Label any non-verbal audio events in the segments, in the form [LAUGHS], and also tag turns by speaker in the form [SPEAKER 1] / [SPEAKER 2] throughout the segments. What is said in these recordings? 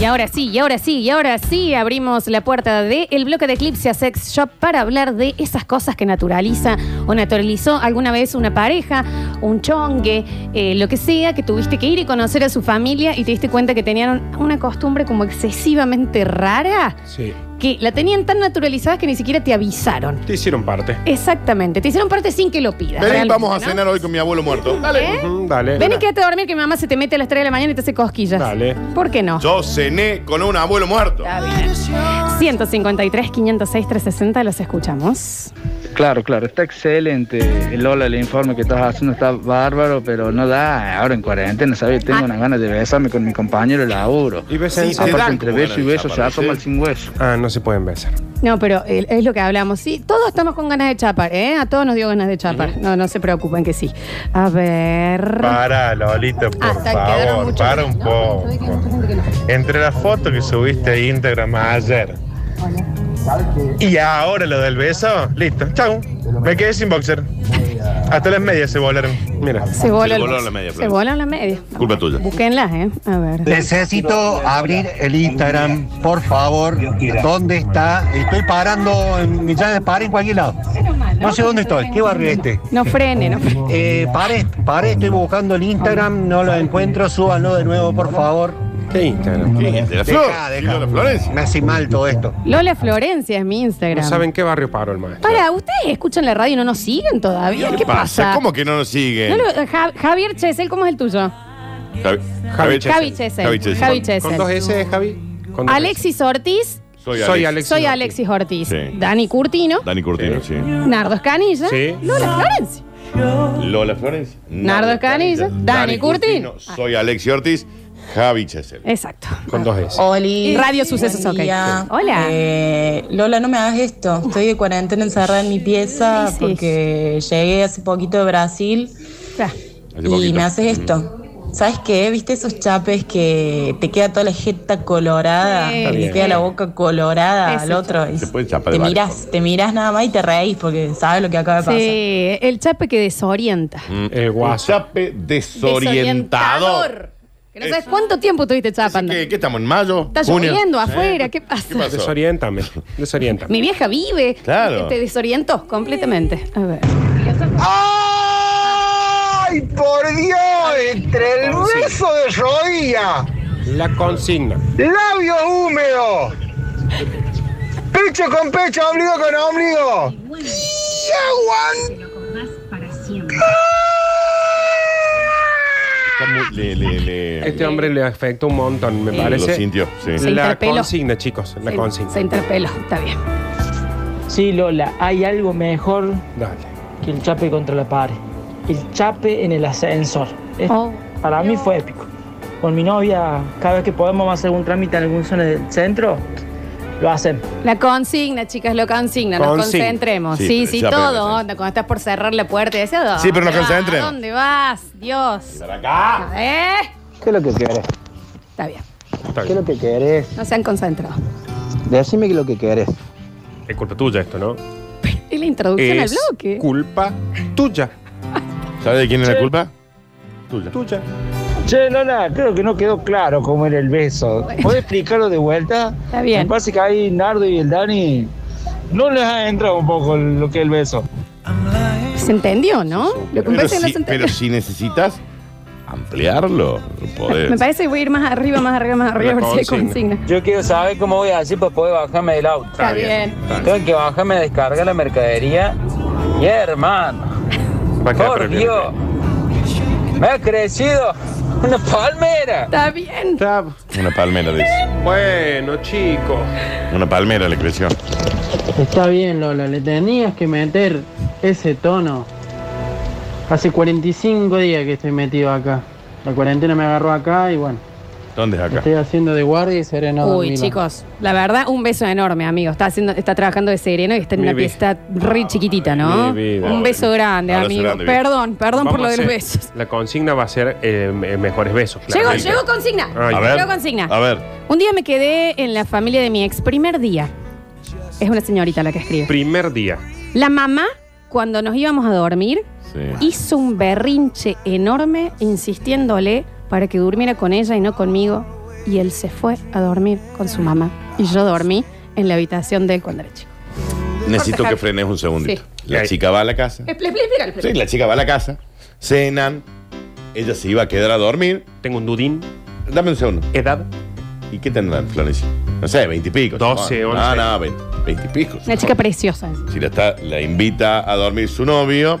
[SPEAKER 1] Y ahora sí, y ahora sí, y ahora sí abrimos la puerta del el bloque de Eclipse a Sex Shop para hablar de esas cosas que naturaliza o naturalizó alguna vez una pareja, un chongue, eh, lo que sea, que tuviste que ir y conocer a su familia y te diste cuenta que tenían una costumbre como excesivamente rara,
[SPEAKER 2] Sí.
[SPEAKER 1] que la tenían tan naturalizada que ni siquiera te avisaron.
[SPEAKER 2] Te hicieron parte.
[SPEAKER 1] Exactamente, te hicieron parte sin que lo pidas.
[SPEAKER 3] Vení,
[SPEAKER 1] realmente,
[SPEAKER 3] vamos a
[SPEAKER 1] ¿no?
[SPEAKER 3] cenar hoy con mi abuelo muerto. Dale.
[SPEAKER 1] ¿Eh?
[SPEAKER 2] Mm, dale.
[SPEAKER 1] Ven y quédate a dormir que mi mamá se te mete a las 3 de la mañana y te hace cosquillas.
[SPEAKER 2] Dale.
[SPEAKER 1] ¿Por qué no?
[SPEAKER 3] Yo cené con un abuelo muerto.
[SPEAKER 1] Está bien. 153, 506, 360, los escuchamos.
[SPEAKER 4] Claro, claro, está excelente. El Lola, el informe que estás haciendo está bárbaro, pero no da. eh, Ahora en cuarentena, ¿sabes? Tengo
[SPEAKER 1] Ah.
[SPEAKER 4] unas ganas de besarme con mi compañero de laburo.
[SPEAKER 2] Y besan serio.
[SPEAKER 3] Sí, te
[SPEAKER 4] Aparte,
[SPEAKER 3] dan
[SPEAKER 4] entre
[SPEAKER 3] como
[SPEAKER 4] beso y
[SPEAKER 3] ganas de
[SPEAKER 4] beso se
[SPEAKER 3] chapar,
[SPEAKER 4] asoma
[SPEAKER 3] ¿sí?
[SPEAKER 4] el sin hueso.
[SPEAKER 2] Ah, no se pueden besar.
[SPEAKER 1] No, pero eh, es lo que hablamos. Sí, todos estamos con ganas de chapar, ¿eh? A todos nos dio ganas de chapar. No, no se preocupen que sí. A ver.
[SPEAKER 5] Para, Lolita, por
[SPEAKER 1] Hasta Ah, quedaron
[SPEAKER 5] favor,
[SPEAKER 1] muchos
[SPEAKER 5] para
[SPEAKER 1] que
[SPEAKER 5] un
[SPEAKER 1] no,
[SPEAKER 5] poco.
[SPEAKER 1] todavía queda mucha gente que no.
[SPEAKER 5] Entre la foto que subiste a Instagram ayer y ahora lo del beso, listo, chau. Me quedé sin boxer. Hasta las medias se volaron.
[SPEAKER 2] Mira.
[SPEAKER 1] Se
[SPEAKER 3] le
[SPEAKER 1] volan
[SPEAKER 3] volaron
[SPEAKER 1] las
[SPEAKER 3] la media,
[SPEAKER 1] medias. Se
[SPEAKER 3] Florencia.
[SPEAKER 1] volan las medias.
[SPEAKER 3] Culpa tuya.
[SPEAKER 1] Búsquenlas, ¿eh? A ver.
[SPEAKER 6] Necesito abrir el Instagram, por favor. ¿Dónde está? Estoy parando, en, ya paré en cualquier lado. No sé dónde estoy, ¿qué barrio es este?
[SPEAKER 1] No frene, no frene.
[SPEAKER 6] Eh, paré, paré, estoy buscando el Instagram, no lo encuentro, súbanlo de nuevo, por favor.
[SPEAKER 2] ¿Qué Instagram?
[SPEAKER 3] ¿Qué gente? La Flor.
[SPEAKER 6] Deja,
[SPEAKER 3] Y yo la
[SPEAKER 6] deja.
[SPEAKER 3] Florencia.
[SPEAKER 6] Me hace mal todo esto.
[SPEAKER 1] Lola Florencia es mi Instagram.
[SPEAKER 2] No saben qué barrio paró el maestro.
[SPEAKER 1] Para, ¿ustedes escuchan la radio y no nos siguen todavía? ¿Qué, pasa?
[SPEAKER 3] ¿Cómo que no nos sigue?
[SPEAKER 1] No lo- Ja- Javier Chesel, ¿cómo es el tuyo?
[SPEAKER 3] Javi,
[SPEAKER 2] Javi
[SPEAKER 3] Chesel.
[SPEAKER 1] Javi Chesel.
[SPEAKER 3] Javi Chesel.
[SPEAKER 1] Javi Chesel.
[SPEAKER 2] ¿Con dos S, Javi? Con dos
[SPEAKER 1] Alexis Ortiz.
[SPEAKER 3] Soy
[SPEAKER 2] S.
[SPEAKER 3] Alex.
[SPEAKER 2] Soy Alexis.
[SPEAKER 1] Soy
[SPEAKER 2] Ortiz.
[SPEAKER 1] Alexis Ortiz.
[SPEAKER 3] Sí.
[SPEAKER 1] Dani Curtino.
[SPEAKER 3] Dani Curtino, sí.
[SPEAKER 1] Nardo Escanilla.
[SPEAKER 2] Sí.
[SPEAKER 1] Lola Florencia.
[SPEAKER 3] Lola Florencia.
[SPEAKER 1] Nardo Escanilla, Dani Curtino.
[SPEAKER 3] Soy Alexis Ortiz. Javi Chesel.
[SPEAKER 1] Exacto.
[SPEAKER 2] Con dos S.
[SPEAKER 3] Oh.
[SPEAKER 7] Oli.
[SPEAKER 1] Radio Sucesos,
[SPEAKER 7] Buen
[SPEAKER 1] ok.
[SPEAKER 7] día.
[SPEAKER 1] Hola.
[SPEAKER 7] Eh, Lola, no me hagas esto. Estoy de cuarentena encerrada en mi pieza
[SPEAKER 1] Sí, sí.
[SPEAKER 7] porque llegué hace poquito de Brasil
[SPEAKER 1] Ya.
[SPEAKER 3] Hace
[SPEAKER 7] y
[SPEAKER 3] poquito. Mm.
[SPEAKER 7] me haces esto. ¿Sabes qué? ¿Viste esos chapes que te queda toda la jeta colorada?
[SPEAKER 1] Sí.
[SPEAKER 7] que
[SPEAKER 2] Está
[SPEAKER 7] Te
[SPEAKER 2] bien.
[SPEAKER 7] queda la boca colorada
[SPEAKER 1] Ese
[SPEAKER 7] al otro. Y
[SPEAKER 3] Se puede chapar de
[SPEAKER 7] te
[SPEAKER 3] varias
[SPEAKER 7] mirás, te mirás nada más y te reís porque sabes lo que acaba de pasar.
[SPEAKER 1] Sí, el chape que desorienta.
[SPEAKER 3] Mm.
[SPEAKER 2] El Eh, guaso.
[SPEAKER 3] Chape desorientador.
[SPEAKER 1] Que no sabes cuánto tiempo estuviste chapando.
[SPEAKER 3] ¿Qué, ¿Qué estamos en mayo?
[SPEAKER 1] Está
[SPEAKER 3] ¿Junio?
[SPEAKER 1] lloviendo
[SPEAKER 3] ¿Eh?
[SPEAKER 1] afuera, ¿qué pasa?
[SPEAKER 3] ¿Qué pasó?
[SPEAKER 2] Desoriéntame. Desoriéntame.
[SPEAKER 1] Mi vieja vive.
[SPEAKER 3] Claro.
[SPEAKER 1] Te desorientó completamente. A ver.
[SPEAKER 8] ¡Ay, por Dios! Entre el beso de rodilla,
[SPEAKER 2] La consigna.
[SPEAKER 8] labios húmedos, pecho con pecho, ombligo con ombligo. ¡Y aguanta!
[SPEAKER 3] Está muy- le- le- le-
[SPEAKER 2] Este hombre le afecta un montón, me
[SPEAKER 1] Sí.
[SPEAKER 2] parece.
[SPEAKER 3] Lo sintió, sí.
[SPEAKER 1] Se
[SPEAKER 2] La
[SPEAKER 1] interpeló.
[SPEAKER 2] consigna, chicos. La
[SPEAKER 1] Se-
[SPEAKER 2] consigna.
[SPEAKER 1] Se interpeló, está bien.
[SPEAKER 9] Sí, Lola, hay algo mejor
[SPEAKER 2] Dale.
[SPEAKER 9] que el chape contra la pared. El chape en el ascensor. Es-
[SPEAKER 1] Oh.
[SPEAKER 9] Para mí fue épico. Con mi novia, cada vez que podemos hacer un trámite en algún zona del centro, lo hacen.
[SPEAKER 1] La consigna, chicas, la consigna, nos
[SPEAKER 2] Consigna.
[SPEAKER 1] concentremos. Sí,
[SPEAKER 3] Sí, pero
[SPEAKER 1] sí,
[SPEAKER 3] ya, pero
[SPEAKER 1] todo.
[SPEAKER 3] no sé.
[SPEAKER 1] onda, cuando estás por cerrar la puerta y decís, ¿a
[SPEAKER 3] Sí, pero nos
[SPEAKER 1] dónde vas?
[SPEAKER 3] concentremos.
[SPEAKER 1] ¿A ¿Dónde vas? Dios.
[SPEAKER 3] Para acá.
[SPEAKER 1] ¿Eh?
[SPEAKER 4] ¿Qué es lo que querés?
[SPEAKER 1] Está bien.
[SPEAKER 2] Está
[SPEAKER 4] ¿Qué es
[SPEAKER 2] bien.
[SPEAKER 4] lo que querés?
[SPEAKER 1] No se han concentrado.
[SPEAKER 4] Decime qué es lo que querés.
[SPEAKER 2] Es culpa tuya esto, ¿no?
[SPEAKER 1] Y la introducción al
[SPEAKER 2] Es
[SPEAKER 1] bloque.
[SPEAKER 2] culpa tuya.
[SPEAKER 3] ¿Sabes de quién es la culpa? Tuya.
[SPEAKER 2] Tuya.
[SPEAKER 9] Che, Lola, creo que no quedó claro cómo era el beso. [LAUGHS] ¿Puedes explicarlo de vuelta?
[SPEAKER 1] Está bien.
[SPEAKER 9] Me parece que ahí Nardo y el Dani no les ha entrado un poco lo que es el beso.
[SPEAKER 1] Se entendió, ¿no? Lo que me
[SPEAKER 3] Pero
[SPEAKER 1] parece que no
[SPEAKER 3] si,
[SPEAKER 1] se [LAUGHS] entendió.
[SPEAKER 3] pero si necesitas ampliarlo,
[SPEAKER 1] [LAUGHS]
[SPEAKER 3] podés.
[SPEAKER 1] Me parece que voy a ir más arriba, más arriba, más arriba, a ver si hay
[SPEAKER 2] consigna.
[SPEAKER 1] consigna.
[SPEAKER 9] Yo quiero saber cómo voy a hacer para poder bajarme del auto.
[SPEAKER 1] Está bien.
[SPEAKER 9] Tengo que bajarme a descargar la mercadería. Y hermano,
[SPEAKER 2] Va a quedar
[SPEAKER 9] por
[SPEAKER 2] prohibido.
[SPEAKER 9] Dios, me ha crecido una palmera.
[SPEAKER 1] Está bien.
[SPEAKER 2] Ya.
[SPEAKER 3] Una palmera, dice.
[SPEAKER 2] Bueno, chicos.
[SPEAKER 3] Una palmera le creció.
[SPEAKER 10] Está bien, Lola, le tenías que meter ese tono. Hace 45 días que estoy metido acá. La cuarentena me agarró acá y bueno,
[SPEAKER 3] ¿Dónde es acá?
[SPEAKER 10] estoy haciendo de guardia y sereno.
[SPEAKER 1] Uy, chicos, la verdad, un beso enorme, amigo. Está haciendo, está trabajando de sereno y está en
[SPEAKER 2] Mi
[SPEAKER 1] una
[SPEAKER 2] vida.
[SPEAKER 1] fiesta re chiquitita, ¿no?
[SPEAKER 2] Mi vida.
[SPEAKER 1] Un beso grande,
[SPEAKER 3] Abrazo
[SPEAKER 1] amigo.
[SPEAKER 3] grande, viejo.
[SPEAKER 1] perdón, perdón
[SPEAKER 2] Vamos
[SPEAKER 1] por lo
[SPEAKER 2] a
[SPEAKER 1] del
[SPEAKER 2] hacer-
[SPEAKER 1] beso.
[SPEAKER 2] [LAUGHS] La consigna va a ser eh, me- mejores besos.
[SPEAKER 1] Llegó,
[SPEAKER 2] claramente.
[SPEAKER 1] llegó consigna.
[SPEAKER 2] Ay,
[SPEAKER 3] A ver.
[SPEAKER 1] Llegó consigna.
[SPEAKER 3] A ver.
[SPEAKER 1] Un día me quedé en la familia de mi ex primer día. Es una señorita la que escribe.
[SPEAKER 2] Primer día.
[SPEAKER 1] La mamá, cuando nos íbamos a dormir,
[SPEAKER 3] Sí.
[SPEAKER 1] hizo un berrinche enorme insistiéndole para que durmiera con ella y no conmigo. y él se fue a dormir con su mamá. Y yo dormí en la habitación de él cuando era chico.
[SPEAKER 3] Necesito
[SPEAKER 1] Corta,
[SPEAKER 3] que
[SPEAKER 1] Javi.
[SPEAKER 3] frenes un segundito.
[SPEAKER 1] Sí.
[SPEAKER 3] La chica va a la casa.
[SPEAKER 1] Expli- expli- explícale,
[SPEAKER 3] Sí,
[SPEAKER 1] explícale.
[SPEAKER 3] la chica va a la casa. Cenan. Ella se iba a quedar a dormir.
[SPEAKER 2] Tengo un dudín.
[SPEAKER 3] Dame un segundo.
[SPEAKER 2] ¿Edad?
[SPEAKER 3] ¿Y qué tendrán, Florencia? No sé, veintipico.
[SPEAKER 2] 12,
[SPEAKER 3] supongo.
[SPEAKER 2] 11.
[SPEAKER 3] No, no, veinte veintipicos.
[SPEAKER 1] Una chica preciosa. encima.
[SPEAKER 3] Si la, está- la invita a dormir su novio.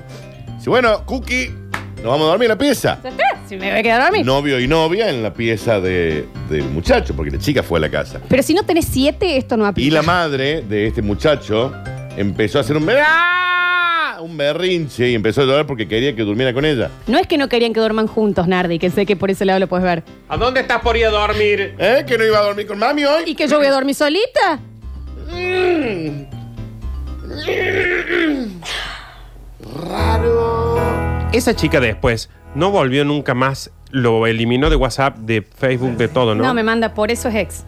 [SPEAKER 3] Dice, bueno, Cookie, nos vamos a dormir en la pieza.
[SPEAKER 1] ¿Ya está? Si me voy a quedar a dormir.
[SPEAKER 3] Novio y novia en la pieza de- del muchacho, porque la chica fue a la casa.
[SPEAKER 1] Pero si no tenés siete, esto no aplica.
[SPEAKER 3] Y la madre de este muchacho empezó a hacer un, ¡Ah! un berrinche y empezó a llorar porque quería que durmiera con ella.
[SPEAKER 1] No es que no querían que duerman juntos, Nardi, que sé que por ese lado lo puedes ver.
[SPEAKER 2] ¿A dónde estás por ir a dormir?
[SPEAKER 3] ¿Eh? ¿Que no iba a dormir con mami hoy?
[SPEAKER 1] ¿Y que yo voy a dormir solita?
[SPEAKER 2] Esa chica después no volvió nunca más. Lo eliminó de WhatsApp, de Facebook, de todo, ¿no?
[SPEAKER 1] No, me manda, por eso es ex.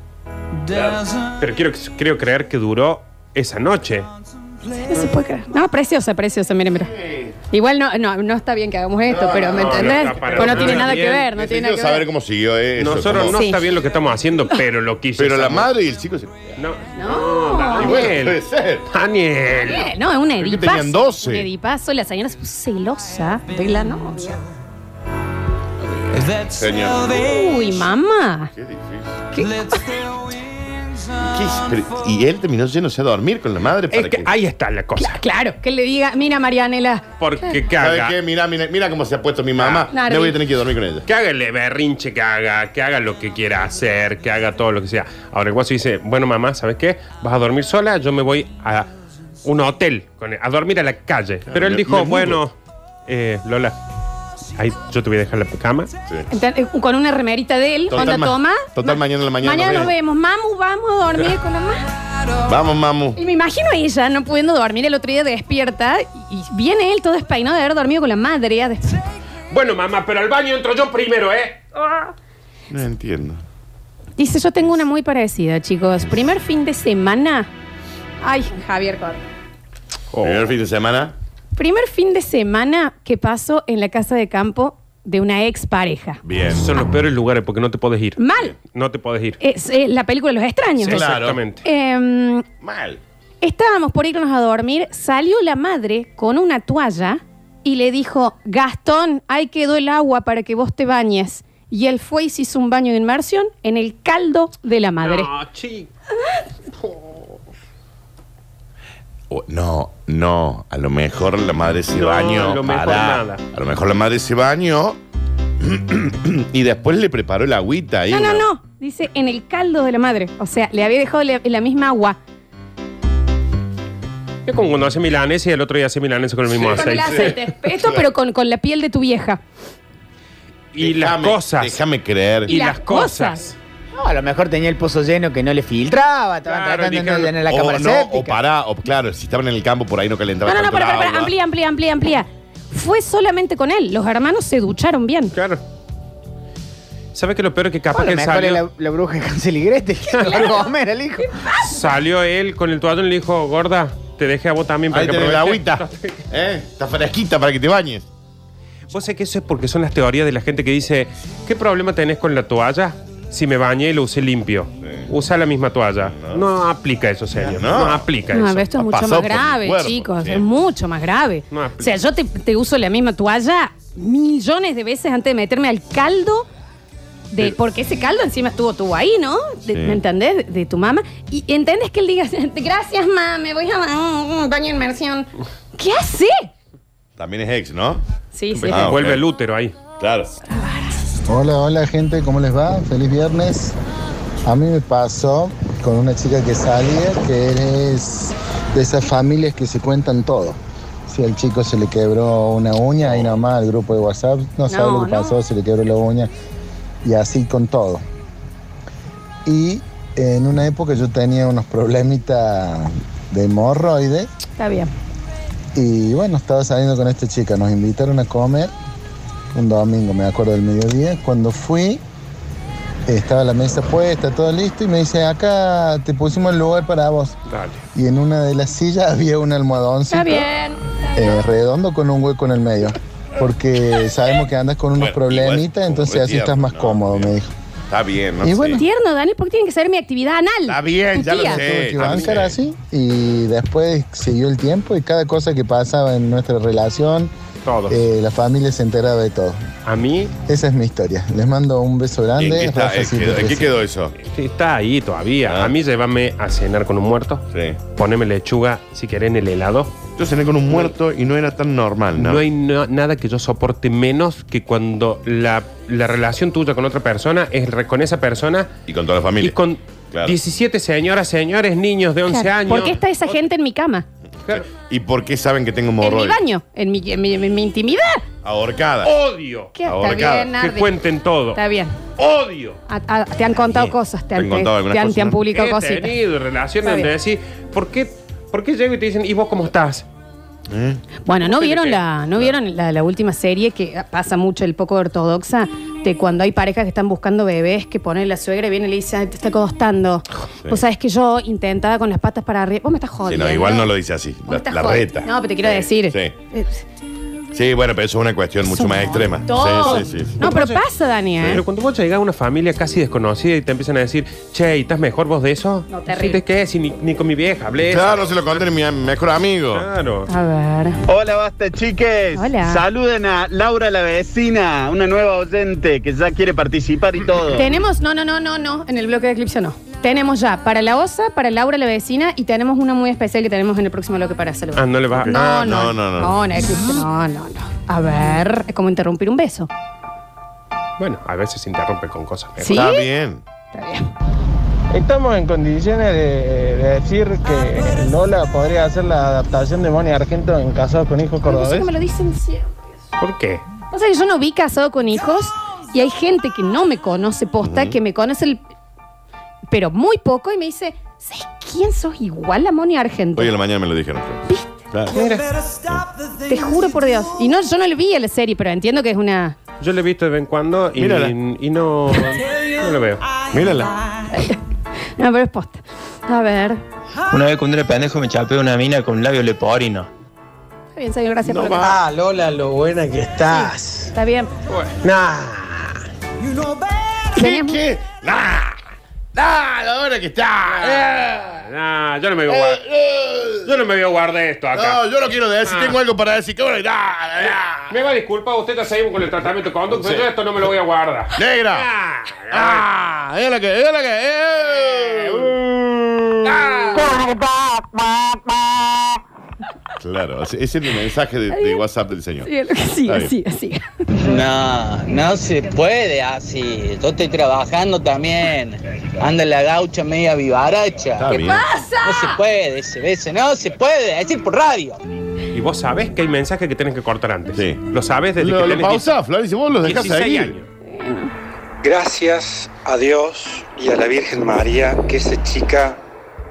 [SPEAKER 2] Pero quiero, creo creer que duró esa noche.
[SPEAKER 1] No se puede creer. No, preciosa, preciosa, miren, mira. Igual no, no, no está bien que hagamos esto,
[SPEAKER 3] No,
[SPEAKER 1] pero ¿me
[SPEAKER 2] no,
[SPEAKER 1] entendés?
[SPEAKER 2] no está para
[SPEAKER 1] Pues no
[SPEAKER 2] nada
[SPEAKER 1] tiene nada que
[SPEAKER 2] bien.
[SPEAKER 1] ver, no tiene nada
[SPEAKER 3] Necesito
[SPEAKER 1] que
[SPEAKER 3] saber
[SPEAKER 1] ver.
[SPEAKER 3] cómo siguió eso.
[SPEAKER 2] Nosotros
[SPEAKER 3] cómo-
[SPEAKER 2] no
[SPEAKER 1] Sí.
[SPEAKER 2] está bien lo que
[SPEAKER 1] [LAUGHS]
[SPEAKER 2] estamos haciendo, pero lo quiso.
[SPEAKER 3] Pero la
[SPEAKER 2] esa Ah,
[SPEAKER 3] madre y el chico se...
[SPEAKER 2] mujer. No,
[SPEAKER 1] No.
[SPEAKER 2] no,
[SPEAKER 3] Y bueno, puede
[SPEAKER 2] Daniel.
[SPEAKER 3] ser.
[SPEAKER 2] Daniel.
[SPEAKER 1] Eh, No, es un
[SPEAKER 3] Creo que
[SPEAKER 1] edipazo.
[SPEAKER 3] tenían 12.
[SPEAKER 1] Un edipazo, la señora se puso celosa de la noche.
[SPEAKER 3] Señor.
[SPEAKER 1] Uy, mamá.
[SPEAKER 3] Qué difícil. ¿Qué es? Pero- y él terminó yéndose a dormir con la madre para
[SPEAKER 2] Es que ahí está la cosa.
[SPEAKER 1] Claro, que le diga, mira Marianela,
[SPEAKER 2] Porque que
[SPEAKER 3] ¿Sabes
[SPEAKER 2] haga,
[SPEAKER 3] qué? Mira, mira, mira cómo se ha puesto mi mamá.
[SPEAKER 1] Nardi.
[SPEAKER 3] No voy a tener que dormir con ella.
[SPEAKER 2] que haga el berrinche que haga, que haga lo que quiera hacer, que haga todo lo que sea. Ahora el guaso dice, bueno mamá, ¿sabes qué? Vas a dormir sola, yo me voy a un hotel, con él, a dormir a la calle. Pero él
[SPEAKER 3] me-
[SPEAKER 2] dijo,
[SPEAKER 3] me mudo.
[SPEAKER 2] bueno, eh, Lola, ahí yo te voy a dejar la cama.
[SPEAKER 1] enten- eh, con una remerita de él,
[SPEAKER 3] Total,
[SPEAKER 1] onda
[SPEAKER 3] ma-
[SPEAKER 1] toma.
[SPEAKER 3] total,
[SPEAKER 1] Ma-
[SPEAKER 3] mañana en la mañana
[SPEAKER 1] Mañana
[SPEAKER 3] nos
[SPEAKER 1] nos vemos, mamu, vamos a dormir con la mamá.
[SPEAKER 3] Vamos, mamu.
[SPEAKER 1] Y me imagino a ella no pudiendo dormir, el otro día despierta y y viene él todo despeinado de haber dormido con la madre. a des-
[SPEAKER 2] Bueno mamá, pero al baño entro yo primero, ¿eh?
[SPEAKER 3] No entiendo.
[SPEAKER 1] Dice, yo tengo una muy parecida, chicos. Primer fin de semana. Ay, Javier Correa.
[SPEAKER 2] Oh.
[SPEAKER 3] Primer fin de semana.
[SPEAKER 1] Primer fin de semana que paso en la casa de campo de una ex pareja.
[SPEAKER 3] Bien.
[SPEAKER 2] Esos son los peores lugares porque no te podés ir.
[SPEAKER 1] Mal.
[SPEAKER 2] No te podés ir.
[SPEAKER 1] Es eh, la película de Los Extraños.
[SPEAKER 3] Sí, claro.
[SPEAKER 2] Exactamente.
[SPEAKER 1] Em,
[SPEAKER 3] Mal.
[SPEAKER 1] estábamos por irnos a dormir, salió la madre con una toalla y le dijo, Gastón, ahí quedó el agua para que vos te bañes. Y él fue y se hizo un baño de inmersión en el caldo de la madre.
[SPEAKER 2] No, chico.
[SPEAKER 3] O- No, no. A lo mejor la madre se
[SPEAKER 2] No,
[SPEAKER 3] bañó.
[SPEAKER 2] a lo mejor
[SPEAKER 3] Pará.
[SPEAKER 2] nada.
[SPEAKER 3] A lo mejor la madre se bañó [CLEARS THROAT] y después le preparó el agüita ahí.
[SPEAKER 1] No, no,
[SPEAKER 3] una-
[SPEAKER 1] no. Dice en el caldo de la madre. O sea, le había dejado la, la misma agua.
[SPEAKER 2] Es como cuando hace milanes y el otro día hace milanes con el mismo
[SPEAKER 1] Con el
[SPEAKER 2] aceite.
[SPEAKER 1] aceite. [LAUGHS] Esto, pero con, con la piel de tu vieja.
[SPEAKER 2] Y las
[SPEAKER 3] Déjame-
[SPEAKER 2] cosas.
[SPEAKER 3] Déjame creer.
[SPEAKER 2] Y
[SPEAKER 1] Y
[SPEAKER 2] las
[SPEAKER 1] las
[SPEAKER 2] cosas.
[SPEAKER 11] No, a lo mejor tenía el pozo lleno que no le filtraba, estaban
[SPEAKER 2] Claro,
[SPEAKER 11] tratando
[SPEAKER 2] dijeron,
[SPEAKER 11] de llenar la cámara
[SPEAKER 3] o "Oh, no, o
[SPEAKER 11] séptica.
[SPEAKER 3] pará, o claro, si estaban en el campo por ahí no calentaba
[SPEAKER 1] No, no, no,
[SPEAKER 3] tanto
[SPEAKER 1] para,
[SPEAKER 3] el
[SPEAKER 1] para, para,
[SPEAKER 3] agua.
[SPEAKER 1] amplía, amplía, amplía, amplía. Fue solamente con él. Los hermanos se ducharon bien.
[SPEAKER 2] Claro. ¿Sabes qué es lo peor? Que capaz
[SPEAKER 11] O a lo
[SPEAKER 2] que él
[SPEAKER 11] mejor
[SPEAKER 2] salió,
[SPEAKER 11] es la, la bruja de Hansel y Gretel que lo va a comer al hijo.
[SPEAKER 2] salió él con el toallón y le dijo, gorda, te dejé a vos también para
[SPEAKER 3] Ahí
[SPEAKER 2] que
[SPEAKER 3] tenés la
[SPEAKER 2] aproveches".
[SPEAKER 3] agüita. [LAUGHS] ¿Eh? Está fresquita para que te bañes.
[SPEAKER 2] Vos sé que eso es porque son las teorías de la gente que dice, ¿qué problema tenés con la toalla? Si me bañé y lo usé limpio. Usa la misma toalla. No, aplica eso, señor. No,
[SPEAKER 3] No.
[SPEAKER 2] aplica
[SPEAKER 1] No,
[SPEAKER 2] eso.
[SPEAKER 1] pero esto
[SPEAKER 3] ha
[SPEAKER 1] es mucho
[SPEAKER 3] pasado
[SPEAKER 1] más
[SPEAKER 3] por mi
[SPEAKER 1] grave,
[SPEAKER 3] cuerpo,
[SPEAKER 1] chicos.
[SPEAKER 3] sí.
[SPEAKER 1] Es mucho más grave.
[SPEAKER 2] No
[SPEAKER 1] o
[SPEAKER 2] aplica.
[SPEAKER 1] sea, yo te, te uso la misma toalla millones de veces antes de meterme al caldo. De,
[SPEAKER 3] Pero-
[SPEAKER 1] porque ese caldo encima estuvo tú ahí, ¿no? De-
[SPEAKER 3] Sí.
[SPEAKER 1] ¿Me entendés? De, de tu mamá. Y entendés que él diga, [LAUGHS] gracias, mamá, me voy a ba- un baño de inmersión. ¿Qué hace?
[SPEAKER 3] También es ex, ¿no?
[SPEAKER 1] Sí, sí.
[SPEAKER 3] Ah, ok.
[SPEAKER 2] Vuelve el útero ahí.
[SPEAKER 3] Claro.
[SPEAKER 9] Hola, hola gente, ¿cómo les va? Feliz viernes. A mí me pasó con una chica que salía, que es de esas familias que se cuentan todo. Si al chico se le quebró una uña, ahí nomás el grupo de WhatsApp, no sabe
[SPEAKER 1] No,
[SPEAKER 9] lo que
[SPEAKER 1] no.
[SPEAKER 9] pasó, se le quebró la uña. Y así con todo. Y en una época yo tenía unos problemitas de hemorroides
[SPEAKER 1] Está bien.
[SPEAKER 9] y bueno, estaba saliendo con esta chica. Nos invitaron a comer un domingo, me acuerdo del mediodía. Cuando fui, estaba la mesa puesta, todo listo. Y me dice, acá te pusimos el lugar para vos.
[SPEAKER 2] Dale.
[SPEAKER 9] Y en una de las sillas había un almohadoncito
[SPEAKER 1] Está bien.
[SPEAKER 9] eh, redondo con un hueco en el medio. Porque sabemos que andas con unos
[SPEAKER 3] Bueno, igual,
[SPEAKER 9] problemitas,
[SPEAKER 3] como
[SPEAKER 9] entonces
[SPEAKER 3] es
[SPEAKER 9] así estás
[SPEAKER 3] tierno,
[SPEAKER 9] más
[SPEAKER 3] ¿no?
[SPEAKER 9] cómodo, me dijo.
[SPEAKER 3] Está bien, ¿no?
[SPEAKER 1] es
[SPEAKER 3] sé.
[SPEAKER 1] bueno. tierno, Dani, porque tienen que saber mi actividad anal.
[SPEAKER 3] Está bien,
[SPEAKER 1] Tu
[SPEAKER 3] ya lo
[SPEAKER 1] tía.
[SPEAKER 3] sé. ya
[SPEAKER 9] que
[SPEAKER 3] lo
[SPEAKER 9] bancar
[SPEAKER 3] sé.
[SPEAKER 9] así y después siguió el tiempo y cada cosa que pasaba en nuestra relación, eh, la familia se enteraba de todo.
[SPEAKER 2] A mí.
[SPEAKER 9] Esa es mi historia. Les mando un beso
[SPEAKER 3] ¿Y en qué,
[SPEAKER 9] grande.
[SPEAKER 3] está-
[SPEAKER 9] Rafa
[SPEAKER 3] eh,
[SPEAKER 9] Silva
[SPEAKER 3] quedó- en qué
[SPEAKER 9] Presi.
[SPEAKER 3] quedó eso?
[SPEAKER 2] Sí, este Está ahí todavía.
[SPEAKER 3] Ah.
[SPEAKER 2] A mí llévame a cenar con un muerto.
[SPEAKER 3] Sí.
[SPEAKER 2] Poneme lechuga, si querés, en el helado.
[SPEAKER 3] Yo cené con un muerto y no era tan normal, ¿no?
[SPEAKER 2] No hay no- nada que yo soporte menos que cuando la, la relación tuya con otra persona es re- con esa persona
[SPEAKER 3] Y con toda la familia.
[SPEAKER 2] y con
[SPEAKER 3] Claro.
[SPEAKER 2] 17 señoras, señores, niños de 11
[SPEAKER 1] Claro,
[SPEAKER 2] años.
[SPEAKER 1] ¿Por qué está esa gente en mi cama?
[SPEAKER 3] ¿Y por qué saben que tengo
[SPEAKER 1] En mi
[SPEAKER 3] morroy?
[SPEAKER 1] baño, en mi, en mi- en mi intimidad.
[SPEAKER 3] Ahorcada.
[SPEAKER 2] Eh, Odio.
[SPEAKER 1] ¿Qué? Está
[SPEAKER 3] Ahorcada.
[SPEAKER 1] bien, Nardi.
[SPEAKER 2] Que cuenten todo.
[SPEAKER 1] Está bien.
[SPEAKER 2] Odio.
[SPEAKER 1] A- a- te han contado cosas, te
[SPEAKER 3] han
[SPEAKER 1] han,
[SPEAKER 3] contado algunas
[SPEAKER 1] te han-
[SPEAKER 3] cosas,
[SPEAKER 1] te han
[SPEAKER 3] ¿no?
[SPEAKER 1] publicado
[SPEAKER 2] He
[SPEAKER 1] cositas.
[SPEAKER 2] tenido relaciones
[SPEAKER 1] Está
[SPEAKER 2] donde decís, ¿por qué, ¿por qué llego y te dicen, ¿y vos cómo estás?
[SPEAKER 1] Bueno, ¿no
[SPEAKER 2] ¿Ustedes
[SPEAKER 1] vieron
[SPEAKER 2] qué?
[SPEAKER 1] la, no vieron la, la última serie que pasa mucho el poco ortodoxa de cuando hay parejas que están buscando bebés que pone la suegra y viene y le dice, "Ay, te está costando.
[SPEAKER 3] Sí.
[SPEAKER 1] Vos sabés que yo intentaba con las patas para arriba. Vos me estás
[SPEAKER 3] Sí,
[SPEAKER 1] jodiendo.
[SPEAKER 3] no, igual no lo dice así.
[SPEAKER 1] Vos me
[SPEAKER 3] La,
[SPEAKER 1] estás
[SPEAKER 3] la
[SPEAKER 1] jodiendo.
[SPEAKER 3] reta.
[SPEAKER 1] No, pero te quiero decir.
[SPEAKER 3] Sí.
[SPEAKER 1] eh,
[SPEAKER 3] Sí, bueno, pero eso es una cuestión mucho más extrema.
[SPEAKER 1] todo.
[SPEAKER 3] Sí, sí, sí. sí.
[SPEAKER 1] No, pero pasa, Dani, ¿eh?
[SPEAKER 2] Pero cuando vos llegás a una familia casi desconocida y te empiezan a decir, che, ¿y estás mejor vos de eso?
[SPEAKER 1] No, terrible.
[SPEAKER 2] ¿De qué? Si ni, ni con mi vieja hablé.
[SPEAKER 3] Eh, Claro, se lo conté a mi mejor amigo.
[SPEAKER 2] Claro.
[SPEAKER 1] A ver.
[SPEAKER 12] Hola, basta, chiques.
[SPEAKER 1] Hola.
[SPEAKER 12] Saluden a Laura, la vecina, una nueva oyente que ya quiere participar y todo.
[SPEAKER 1] Tenemos, no, no, no, no, no, en el bloque de Eclipse no. Tenemos ya para la OSA, para Laura la vecina y tenemos una muy especial que tenemos en el próximo bloque para saludar.
[SPEAKER 2] Ah, no le vas a...
[SPEAKER 1] No,
[SPEAKER 3] Ah,
[SPEAKER 1] no,
[SPEAKER 3] no, no, no.
[SPEAKER 1] No, no, Eclipse, no, no, no. A ver, es como interrumpir un beso. Ah.
[SPEAKER 2] Bueno, a veces se interrumpe con cosas. mejor.
[SPEAKER 1] ¿Sí?
[SPEAKER 3] Está bien.
[SPEAKER 10] Estamos en condiciones de, de decir que Lola podría hacer la adaptación de Moni Argento en Casados con Hijos
[SPEAKER 1] No sé
[SPEAKER 10] Cordobés.
[SPEAKER 1] que me lo dicen siempre.
[SPEAKER 2] ¿Por qué?
[SPEAKER 1] O sea, yo no vi casado con hijos y hay gente que no me conoce posta, que me conoce el- pero muy poco y me dice, ¿sabes quién sos igual a Moni Argento?
[SPEAKER 3] Hoy en la mañana me lo dijeron. Claro.
[SPEAKER 1] Te juro por Dios. Y no, yo no le vi a la serie, pero entiendo que es una...
[SPEAKER 2] Yo le he visto de vez en cuando y,
[SPEAKER 3] Mírala.
[SPEAKER 2] y no, no lo veo.
[SPEAKER 3] Mírala.
[SPEAKER 1] No, pero es posta. A ver.
[SPEAKER 13] Una vez cuando era pendejo me chapé una mina con labio leporino.
[SPEAKER 1] Está bien, señor, gracias por lo que-
[SPEAKER 13] Ah, Lola, lo buena que estás.
[SPEAKER 1] Está bien.
[SPEAKER 13] Nah.
[SPEAKER 3] ¿Qué? ¿Qué? ¡Nah! ¡Nah! ¡La hora que está!
[SPEAKER 2] Ah.
[SPEAKER 3] Eh.
[SPEAKER 2] Nah, yo no me voy a guardar. Yo no me voy a guardar esto acá.
[SPEAKER 3] No, yo lo quiero decir.
[SPEAKER 2] Ah.
[SPEAKER 3] Tengo algo para decir. ¿Qué hora? ¡Nah! nah.
[SPEAKER 2] Me va a disculpar, usted ya seguimos con el tratamiento de conducta. Yo esto no me lo voy a guardar.
[SPEAKER 3] ¡Negra!
[SPEAKER 2] Ah,
[SPEAKER 3] ¡Ah! ¡Es lo que! ¡Es lo que! eh.
[SPEAKER 2] Ah.
[SPEAKER 3] Claro, ese es el mensaje de, de WhatsApp del señor.
[SPEAKER 1] Sí, lo que
[SPEAKER 3] Está
[SPEAKER 1] sigue,
[SPEAKER 3] bien.
[SPEAKER 1] sigue, sigue.
[SPEAKER 14] No, no se puede así. Yo estoy trabajando también. Anda la gaucha media vivaracha.
[SPEAKER 3] Está bien.
[SPEAKER 14] No se puede ese beso, no se puede. decir por radio.
[SPEAKER 2] Y vos sabés que hay mensajes que tenés que cortar antes.
[SPEAKER 3] Sí.
[SPEAKER 2] Lo sabés desde
[SPEAKER 3] Lo,
[SPEAKER 2] que
[SPEAKER 3] lo
[SPEAKER 2] tenés
[SPEAKER 3] pausa, Florencia, vos los dejás
[SPEAKER 2] 16
[SPEAKER 3] seguir.
[SPEAKER 2] años.
[SPEAKER 6] Gracias a Dios y a la Virgen María que esa chica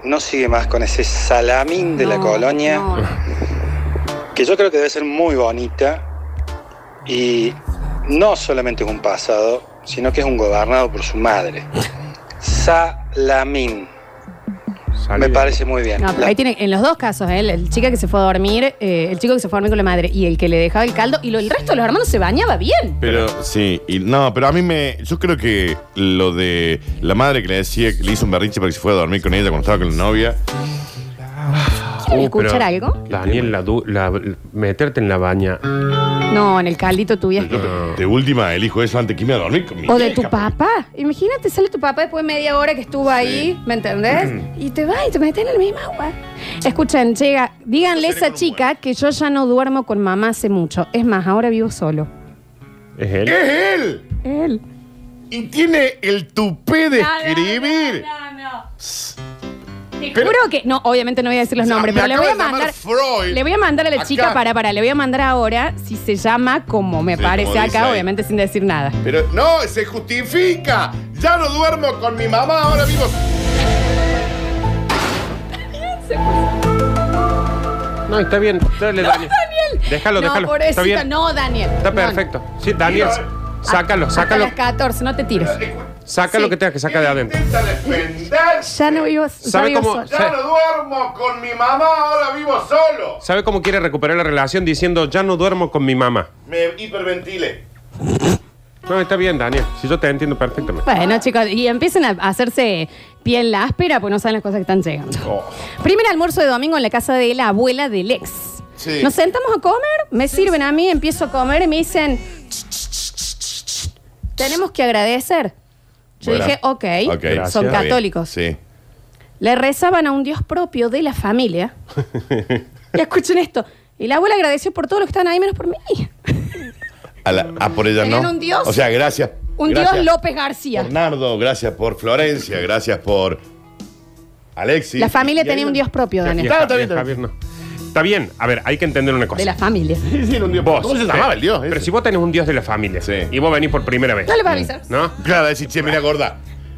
[SPEAKER 6] no sigue más con ese salamín de la
[SPEAKER 1] No,
[SPEAKER 6] colonia,
[SPEAKER 1] no, no.
[SPEAKER 6] que yo creo que debe ser muy bonita y no solamente es un pasado, sino que es un gobernado por su madre. Salamín. Me parece muy bien.
[SPEAKER 1] No, pero
[SPEAKER 6] La-
[SPEAKER 1] ahí tiene, en los dos casos, ¿eh? el, el chica que se fue a dormir, eh, el chico que se fue a dormir con la madre y el que le dejaba el caldo, y lo- el resto de los hermanos se bañaba bien.
[SPEAKER 3] Pero sí, y no, pero a mí me. Yo creo que lo de la madre que le decía que le hizo un berrinche para que se fuera a dormir con ella cuando estaba con la novia. Uh,
[SPEAKER 1] ¿Quieren escuchar algo?
[SPEAKER 2] Uh, Daniel, la, du- la- la- meterte en la baña.
[SPEAKER 1] No, en el caldito tuyo.
[SPEAKER 3] Yo te- de última elijo eso antes que irme a dormir con mi
[SPEAKER 1] O de
[SPEAKER 3] vieja.
[SPEAKER 1] tu papá. Imagínate, sale tu papá después de media hora que estuvo ahí, ¿me
[SPEAKER 3] [CLEARS THROAT]
[SPEAKER 1] entendés? Y te va y te metes en el mismo agua. Escuchen, llega, díganle a esa chica que yo ya no duermo con mamá hace mucho. Es más, ahora vivo solo.
[SPEAKER 2] Es él.
[SPEAKER 3] ¡Es él!
[SPEAKER 1] Él.
[SPEAKER 3] Y tiene el tupé de escribir.
[SPEAKER 1] Te
[SPEAKER 3] Pero-
[SPEAKER 1] juro que. No, obviamente no voy a decir los
[SPEAKER 3] O sea,
[SPEAKER 1] nombres,
[SPEAKER 3] me
[SPEAKER 1] pero le voy a
[SPEAKER 3] acaba de
[SPEAKER 1] mandar.
[SPEAKER 3] llamar Freud.
[SPEAKER 1] Le voy a mandar a la
[SPEAKER 3] Acá.
[SPEAKER 1] chica para, para, le voy a mandar ahora si se llama como me
[SPEAKER 3] Sí,
[SPEAKER 1] parece
[SPEAKER 3] como dice
[SPEAKER 1] acá,
[SPEAKER 3] ahí.
[SPEAKER 1] obviamente sin decir nada.
[SPEAKER 3] Pero no, se justifica. Ya no duermo con mi mamá, ahora vivo.
[SPEAKER 2] No, está bien. Dale, Daniel. Déjalo,
[SPEAKER 1] no,
[SPEAKER 2] déjalo.
[SPEAKER 1] pobrecita,
[SPEAKER 2] Está bien.
[SPEAKER 1] no, Daniel.
[SPEAKER 2] Está
[SPEAKER 1] No,
[SPEAKER 2] perfecto. Sí, Daniel,
[SPEAKER 1] no.
[SPEAKER 2] sácalo,
[SPEAKER 1] Hasta
[SPEAKER 2] sácalo.
[SPEAKER 1] las 14, no te tires.
[SPEAKER 2] Saca lo que tengas que sacar de adentro.
[SPEAKER 3] Intenta defenderse.
[SPEAKER 1] Ya no vivo, ya
[SPEAKER 2] ¿Sabe
[SPEAKER 1] vivo
[SPEAKER 2] cómo-
[SPEAKER 1] sola.
[SPEAKER 3] Ya no duermo con mi mamá, ahora vivo solo.
[SPEAKER 2] ¿Sabe cómo quiere recuperar la relación diciendo ya no duermo con mi mamá?
[SPEAKER 3] Me hiperventilé.
[SPEAKER 2] No, está bien, Daniel. Si yo te entiendo perfectamente.
[SPEAKER 1] Bueno, chicos, y empiecen a hacerse piel áspera pues no saben las cosas que están llegando.
[SPEAKER 2] Oh.
[SPEAKER 1] Primer almuerzo de domingo en la casa de la abuela del ex.
[SPEAKER 3] Sí.
[SPEAKER 1] Nos sentamos a comer, me sirven a mí, empiezo a comer y me dicen, tenemos que agradecer. Yo
[SPEAKER 3] Bueno.
[SPEAKER 1] dije, ok,
[SPEAKER 3] Ok, gracias.
[SPEAKER 1] son
[SPEAKER 3] Está bien.
[SPEAKER 1] católicos.
[SPEAKER 3] Sí.
[SPEAKER 1] Le rezaban a un Dios propio de la
[SPEAKER 3] [LAUGHS]
[SPEAKER 1] familia. y escuchen esto. Y la abuela agradeció por todos los que estaban ahí, menos por mí.
[SPEAKER 3] A, la- ah, por ella
[SPEAKER 1] Tenían
[SPEAKER 3] no.
[SPEAKER 1] un dios.
[SPEAKER 3] O sea, gracias.
[SPEAKER 1] Un
[SPEAKER 3] gracias
[SPEAKER 1] Dios López García.
[SPEAKER 3] por Nardo, gracias por Florencia, gracias por Alexis.
[SPEAKER 1] la familia
[SPEAKER 3] Y ahí
[SPEAKER 1] tenía un
[SPEAKER 3] no-
[SPEAKER 1] Dios propio,
[SPEAKER 2] Y
[SPEAKER 1] Daniel.
[SPEAKER 2] el Ja- y el Javier no. Está bien, a ver, hay que entender una cosa.
[SPEAKER 1] De la familia.
[SPEAKER 2] Vos,
[SPEAKER 3] ¿Cómo se
[SPEAKER 2] eh,
[SPEAKER 3] llamaba el dios ese?
[SPEAKER 2] Pero si vos tenés un dios de la familia y vos venís por primera vez.
[SPEAKER 1] No le vas a avisar.
[SPEAKER 2] ¿No?
[SPEAKER 3] Claro, decir, che, mira gorda.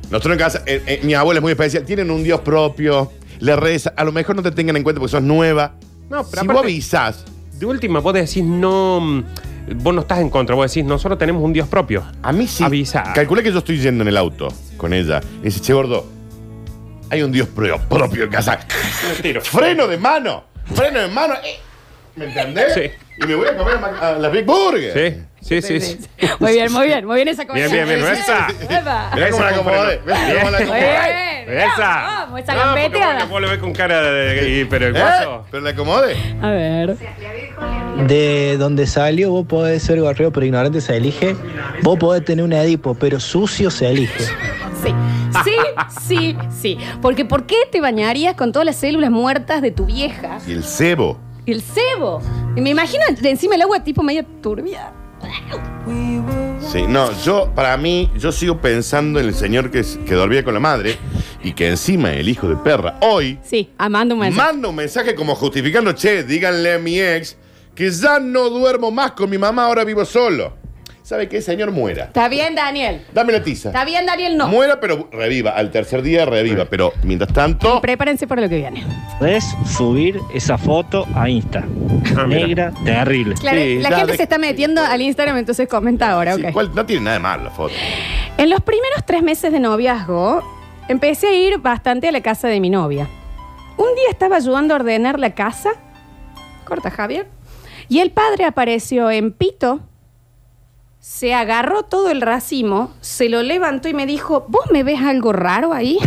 [SPEAKER 3] Nosotros en casa, eh, eh, mi abuela es muy especial, tienen un Dios propio, le reza, a lo mejor no te tengan en cuenta porque sos nueva.
[SPEAKER 2] No,
[SPEAKER 3] si vos avisás,
[SPEAKER 2] De última, vos decís no. mm, Vos no estás en contra, vos decís, nosotros tenemos un dios propio.
[SPEAKER 3] a mí sí.
[SPEAKER 2] Avisa.
[SPEAKER 3] Calcula que yo estoy yendo en el auto con ella. Y dice, che, gordo, hay un Dios pro- propio en casa. Freno de mano, freno de mano. eh, ¿Me entendés?
[SPEAKER 2] Sí.
[SPEAKER 3] Y me voy a comer a Mac- a las Big Burger.
[SPEAKER 2] Sí, sí, sí. sí.
[SPEAKER 1] Muy bien, muy bien, muy bien esa cosa.
[SPEAKER 2] Bien, bien, bien, esa.
[SPEAKER 1] [LAUGHS] Epa.
[SPEAKER 3] Mirá cómo la acomodé. Mirá cómo la
[SPEAKER 1] Muy
[SPEAKER 3] acomodé. ¿Eh?
[SPEAKER 1] bien.
[SPEAKER 2] Esa.
[SPEAKER 1] Vamos, esa
[SPEAKER 2] No, porque
[SPEAKER 1] gambeteada.
[SPEAKER 2] vos- Vos lo ves con cara de. y- Pero el
[SPEAKER 3] pues ¿Eh?
[SPEAKER 2] guaso.
[SPEAKER 3] Pero la acomodé.
[SPEAKER 1] A ver.
[SPEAKER 15] De donde salió, vos podés ser gorreo, pero ignorante se elige. Vos podés tener un Edipo, pero sucio se elige.
[SPEAKER 1] Sí, sí, sí, sí. Porque ¿por qué te bañarías con todas las células muertas de tu vieja?
[SPEAKER 3] Y el cebo.
[SPEAKER 1] Y el cebo. Y me imagino de encima el agua tipo media turbia.
[SPEAKER 3] Sí, no, yo, para mí, yo sigo pensando en el señor que, que dormía con la madre y que encima el hijo de perra hoy
[SPEAKER 1] Sí, amando un mensaje.
[SPEAKER 3] manda un mensaje como justificando, che, díganle a mi ex que ya no duermo más con mi mamá, ahora vivo solo. ¿Sabe qué, señor? Muera.
[SPEAKER 1] Está bien, Daniel.
[SPEAKER 3] Dame la tiza.
[SPEAKER 1] Está bien, Daniel, no.
[SPEAKER 3] Muera, pero reviva. Al tercer día reviva, pero mientras tanto...
[SPEAKER 1] Prepárense para lo que viene.
[SPEAKER 16] Podés subir esa foto a Insta.
[SPEAKER 5] Ah,
[SPEAKER 16] Negra, terrible.
[SPEAKER 1] Claro, la gente se está metiendo al Instagram, entonces comenta ahora, ok.
[SPEAKER 3] ¿Cuál? No tiene nada de malo la foto.
[SPEAKER 1] En los primeros tres meses de noviazgo, empecé a ir bastante a la casa de mi novia. Un día estaba ayudando a ordenar la casa, corta Javier, y el padre apareció en pito, se agarró todo el racimo, se lo levantó y me dijo, ¿vos me ves algo raro ahí?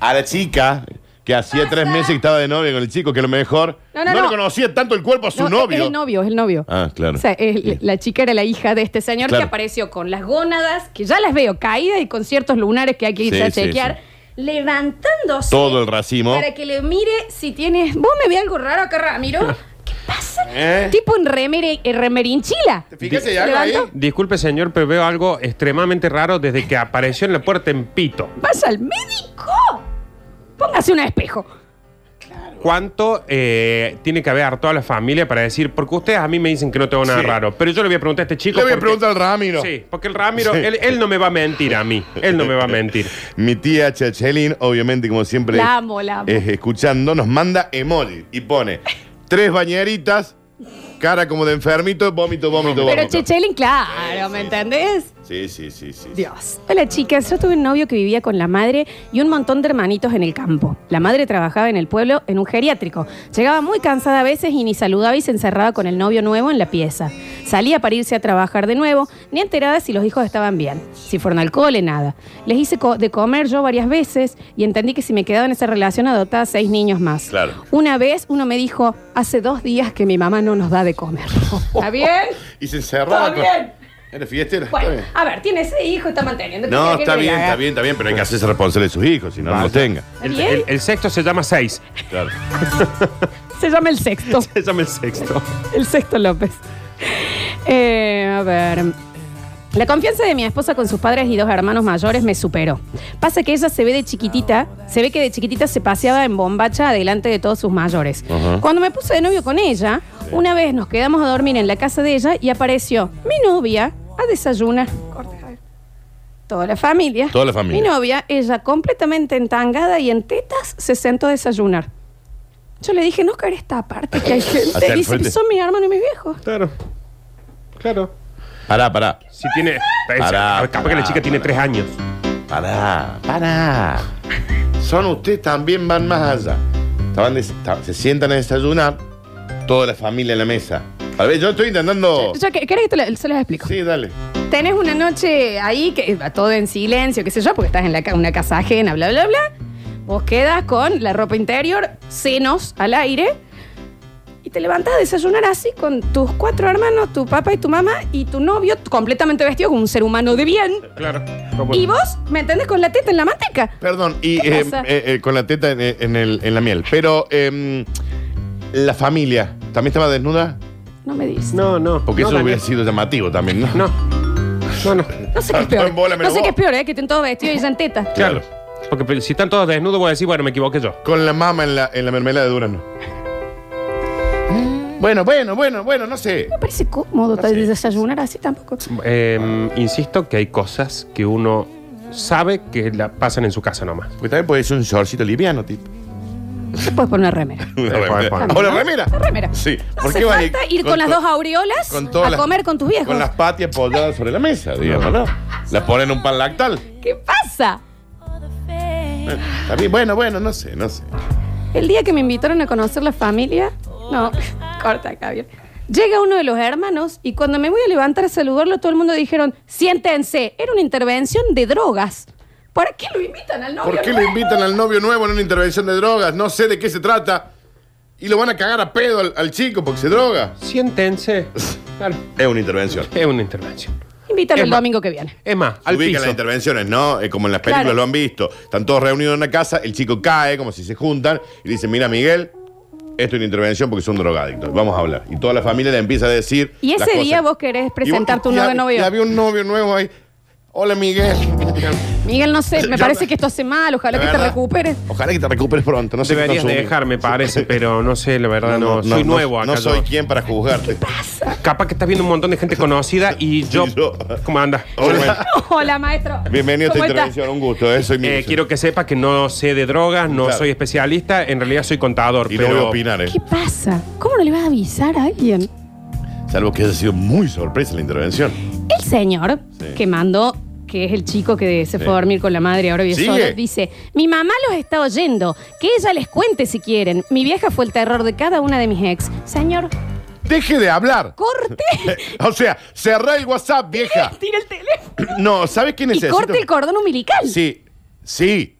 [SPEAKER 3] A la chica que hacía tres meses que estaba de novia con el chico, que a lo mejor
[SPEAKER 1] No, no,
[SPEAKER 3] le
[SPEAKER 1] no.
[SPEAKER 3] conocía tanto el cuerpo a su
[SPEAKER 1] No,
[SPEAKER 3] novio.
[SPEAKER 1] Es el novio, es el novio.
[SPEAKER 3] Ah, claro.
[SPEAKER 1] O sea, el- la chica era la hija de este señor
[SPEAKER 3] Claro.
[SPEAKER 1] que apareció con las gónadas, que ya las veo caídas y con ciertos lunares que hay que irse
[SPEAKER 3] Sí,
[SPEAKER 1] a
[SPEAKER 3] sí,
[SPEAKER 1] chequear, levantándose.
[SPEAKER 3] Todo el racimo.
[SPEAKER 1] Para que le mire si tienes. ¿Vos me ve algo raro acá,
[SPEAKER 3] [LAUGHS]
[SPEAKER 1] Ramiro? ¿Qué pasa?
[SPEAKER 3] ¿Eh?
[SPEAKER 1] Tipo en remere, en remerinchila. ¿Te
[SPEAKER 3] fijas si hay algo ahí?
[SPEAKER 2] Disculpe, señor, pero veo algo extremadamente raro desde que apareció en la puerta en Pito.
[SPEAKER 1] ¿Vas al médico? Póngase un espejo.
[SPEAKER 2] ¿Cuánto eh, tiene que haber toda la familia para decir? Porque ustedes a mí me dicen que no tengo nada
[SPEAKER 3] Sí.
[SPEAKER 2] raro. Pero yo le voy a preguntar a este chico.
[SPEAKER 3] Le voy a
[SPEAKER 2] porque-
[SPEAKER 3] preguntar al Ramiro.
[SPEAKER 2] Sí, porque el Ramiro,
[SPEAKER 3] Sí.
[SPEAKER 2] él, él no me va a mentir a mí. Él no me va a mentir.
[SPEAKER 3] Mi tía Chachelin, obviamente, como siempre,
[SPEAKER 1] La amo, la amo.
[SPEAKER 3] es escuchando, nos manda emoji y pone tres bañeritas, cara como de enfermito, vómito, vómito,
[SPEAKER 1] Pero
[SPEAKER 3] vómito.
[SPEAKER 1] Chechelin, claro, ¿me entendés?
[SPEAKER 3] Sí, sí, sí, sí.
[SPEAKER 1] Dios. Hola chicas, yo tuve un novio que vivía con la madre y un montón de hermanitos en el campo. La madre trabajaba en el pueblo en un geriátrico. Llegaba muy cansada a veces y ni saludaba y se encerraba con el novio nuevo en la pieza. Salía para irse a trabajar de nuevo, ni enterada si los hijos estaban bien, si fueron alcohol, nada. Les hice co- de comer yo varias veces y entendí que si me quedaba en esa relación adoptaba seis niños más.
[SPEAKER 3] Claro.
[SPEAKER 1] Una vez uno me dijo, hace dos días que mi mamá no nos da de comer. ¿Está bien?
[SPEAKER 3] Y se encerraba.
[SPEAKER 1] Todo bien.
[SPEAKER 3] Era fiestera.
[SPEAKER 1] Bueno,
[SPEAKER 3] está bien.
[SPEAKER 1] a ver, tiene ese hijo, está manteniendo. ¿Qué
[SPEAKER 3] No,
[SPEAKER 1] quiere que
[SPEAKER 3] está
[SPEAKER 1] le ¿eh?
[SPEAKER 3] bien,
[SPEAKER 1] haga?
[SPEAKER 3] está bien, está bien, pero hay que hacerse responsable de sus hijos, si no, no los tenga.
[SPEAKER 1] El- Bien. el-
[SPEAKER 2] sexto se llama seis.
[SPEAKER 3] Claro.
[SPEAKER 1] Se llama el sexto.
[SPEAKER 2] Se llama el sexto.
[SPEAKER 1] El sexto López. Eh, a ver. La confianza de mi esposa con sus padres y dos hermanos mayores me superó. Pasa que ella se ve de chiquitita, se ve que de chiquitita se paseaba en bombacha delante de todos sus mayores.
[SPEAKER 5] Ajá.
[SPEAKER 1] Cuando me puse de novio con ella, una vez nos quedamos a dormir en la casa de ella y apareció mi novia a desayunar. Corte, Javier. Toda la familia.
[SPEAKER 3] Toda la familia.
[SPEAKER 1] Mi novia, ella completamente entangada y en tetas, se sentó a desayunar. Yo le dije, no caer esta parte
[SPEAKER 3] [LAUGHS]
[SPEAKER 1] que hay
[SPEAKER 3] Hacia
[SPEAKER 1] gente.
[SPEAKER 3] el
[SPEAKER 1] Dice que
[SPEAKER 3] frente.
[SPEAKER 1] son mis hermanos y mis viejos.
[SPEAKER 2] Claro. Claro.
[SPEAKER 3] Pará, pará.
[SPEAKER 2] Si tiene.
[SPEAKER 3] Pará,
[SPEAKER 2] a ver, capaz que la
[SPEAKER 3] pará,
[SPEAKER 2] chica tiene tres años.
[SPEAKER 3] Pará, pará. Son ustedes también van más allá. Estaban des- ta- se sientan a desayunar, toda la familia en la mesa. A ver, yo estoy intentando.
[SPEAKER 1] Yo, que- ¿Querés que te lo- se los explico?
[SPEAKER 3] Oh. Sí, dale.
[SPEAKER 1] Tenés una noche ahí que va todo en silencio, qué sé yo, porque estás en la ca- una casa ajena, bla, bla, bla. Vos quedas con la ropa interior, senos al aire, y te levantás a desayunar así con tus cuatro hermanos, tu papá y tu mamá, y tu novio completamente vestido como un ser humano de bien.
[SPEAKER 2] Claro. ¿Cómo?
[SPEAKER 1] Y vos, ¿me entendés? Con la teta en la manteca.
[SPEAKER 3] Perdón, y
[SPEAKER 1] ¿Qué
[SPEAKER 3] eh,
[SPEAKER 1] pasa?
[SPEAKER 3] eh, eh, con la teta en, en el- en la miel. Pero eh, la familia, ¿también estaba desnuda?
[SPEAKER 1] No me dices.
[SPEAKER 2] No, no.
[SPEAKER 3] Porque
[SPEAKER 2] no,
[SPEAKER 3] eso
[SPEAKER 2] Daniel.
[SPEAKER 3] hubiera sido llamativo también, ¿no? [LAUGHS]
[SPEAKER 2] No. No, no.
[SPEAKER 1] No sé qué es peor. No sé qué es peor, ¿eh? Que estén todos vestidos y ya en teta.
[SPEAKER 2] Claro. Porque pero, si están todos desnudos, voy a decir, bueno, me equivoqué yo.
[SPEAKER 3] Con la mama en la, en la mermelada de
[SPEAKER 2] [LAUGHS]
[SPEAKER 3] Durano. Bueno, bueno, bueno, bueno, no sé.
[SPEAKER 1] Me parece cómodo tal- desayunar así tampoco.
[SPEAKER 2] Eh, insisto que hay cosas que uno sabe que la pasan en su casa nomás.
[SPEAKER 3] Porque también puede ser un shortcito liviano, tipo.
[SPEAKER 2] [LAUGHS]
[SPEAKER 1] Te puedes poner una remera.
[SPEAKER 3] [LAUGHS] Una remera.
[SPEAKER 1] También,
[SPEAKER 3] ¿O la
[SPEAKER 1] ¿no?
[SPEAKER 3] remera?
[SPEAKER 1] Una remera.
[SPEAKER 3] Sí.
[SPEAKER 1] No
[SPEAKER 3] ¿Por
[SPEAKER 1] hace
[SPEAKER 3] qué vas a
[SPEAKER 1] falta ir con, las dos aureolas
[SPEAKER 3] con todas
[SPEAKER 1] a
[SPEAKER 3] las-
[SPEAKER 1] comer con tus viejos.
[SPEAKER 3] Con las patias apoyadas sobre la mesa,
[SPEAKER 1] [LAUGHS]
[SPEAKER 3] digamos, ¿no? Las ponen en un pan lactal.
[SPEAKER 1] [LAUGHS] ¿Qué pasa?
[SPEAKER 3] Eh, También, bueno, bueno, no sé, no sé.
[SPEAKER 1] El día que me invitaron a conocer la familia, no, [LAUGHS] corta acá, bien. Llega uno de los hermanos y cuando me voy a levantar a saludarlo, todo el mundo dijeron, siéntense, era una intervención de drogas. ¿Por qué lo invitan al novio?
[SPEAKER 3] ¿Por qué lo invitan al novio nuevo en una intervención de drogas? No sé de qué se trata. Y lo van a cagar a pedo al, al chico porque se droga.
[SPEAKER 2] Siéntense. Claro.
[SPEAKER 3] Es una intervención.
[SPEAKER 2] Es una intervención.
[SPEAKER 1] Invítalo el
[SPEAKER 2] Emma.
[SPEAKER 1] domingo que viene.
[SPEAKER 2] Es más, al
[SPEAKER 3] Ubican
[SPEAKER 2] piso.
[SPEAKER 3] las intervenciones, ¿no? Eh, como en las películas
[SPEAKER 1] Claro.
[SPEAKER 3] lo han visto. Están todos reunidos en una casa, el chico cae, como si se juntan, y le dicen, mira Miguel, esto es una intervención porque son drogadictos. Vamos a hablar. Y toda la familia le empieza a decir.
[SPEAKER 1] Y
[SPEAKER 3] las
[SPEAKER 1] ese
[SPEAKER 3] cosas.
[SPEAKER 1] día vos querés presentar
[SPEAKER 3] Y
[SPEAKER 1] tu
[SPEAKER 3] vos- y
[SPEAKER 1] nuevo
[SPEAKER 3] hab-
[SPEAKER 1] novio.
[SPEAKER 3] Y había un novio nuevo ahí. Hola Miguel.
[SPEAKER 1] Miguel, no
[SPEAKER 3] [LAUGHS]
[SPEAKER 1] sé, me
[SPEAKER 3] Yo-
[SPEAKER 1] parece que esto hace mal, ojalá
[SPEAKER 3] La
[SPEAKER 1] que te
[SPEAKER 3] verdad. [LAUGHS]
[SPEAKER 1] recuperes.
[SPEAKER 3] Ojalá que te recuperes pronto. No sé qué
[SPEAKER 2] Deberías
[SPEAKER 3] consumí.
[SPEAKER 2] dejarme, parece, pero no sé, la verdad, no.
[SPEAKER 3] No, no,
[SPEAKER 2] soy
[SPEAKER 3] no,
[SPEAKER 2] nuevo acá.
[SPEAKER 3] No
[SPEAKER 2] yo.
[SPEAKER 3] soy quien para juzgarte.
[SPEAKER 2] Capaz que estás viendo un montón de
[SPEAKER 3] [LAUGHS]
[SPEAKER 2] gente conocida y yo. ¿Cómo anda?
[SPEAKER 3] Hola.
[SPEAKER 1] Hola, maestro.
[SPEAKER 3] Bienvenido a esta
[SPEAKER 1] ¿Cómo estás?
[SPEAKER 3] intervención, un gusto, ¿eh? Soy Miguel.
[SPEAKER 2] Eh, quiero que sepas que no sé de drogas, no
[SPEAKER 3] Claro.
[SPEAKER 2] soy especialista, en realidad soy contador.
[SPEAKER 3] Y no
[SPEAKER 2] pero
[SPEAKER 3] voy a opinar, ¿eh?
[SPEAKER 1] ¿Qué pasa? ¿Cómo no le vas a avisar a alguien?
[SPEAKER 3] Salvo que haya sido muy sorpresa la intervención.
[SPEAKER 1] El señor
[SPEAKER 3] Sí.
[SPEAKER 1] que mandó, que es el chico que se
[SPEAKER 3] Sí.
[SPEAKER 1] fue a dormir con la madre ahora vive
[SPEAKER 3] ¿Sigue?
[SPEAKER 1] solo, dice, mi mamá los está oyendo, que ella les cuente si quieren. Mi vieja fue el terror de cada una de mis ex. Señor,
[SPEAKER 3] Deje de hablar. [LAUGHS] Eh,
[SPEAKER 1] corte,
[SPEAKER 3] O sea, cerrá el WhatsApp, vieja.
[SPEAKER 1] tira el teléfono
[SPEAKER 3] No, ¿sabes qué
[SPEAKER 1] y
[SPEAKER 3] necesito?
[SPEAKER 1] corte el cordón umbilical.
[SPEAKER 3] Sí, sí.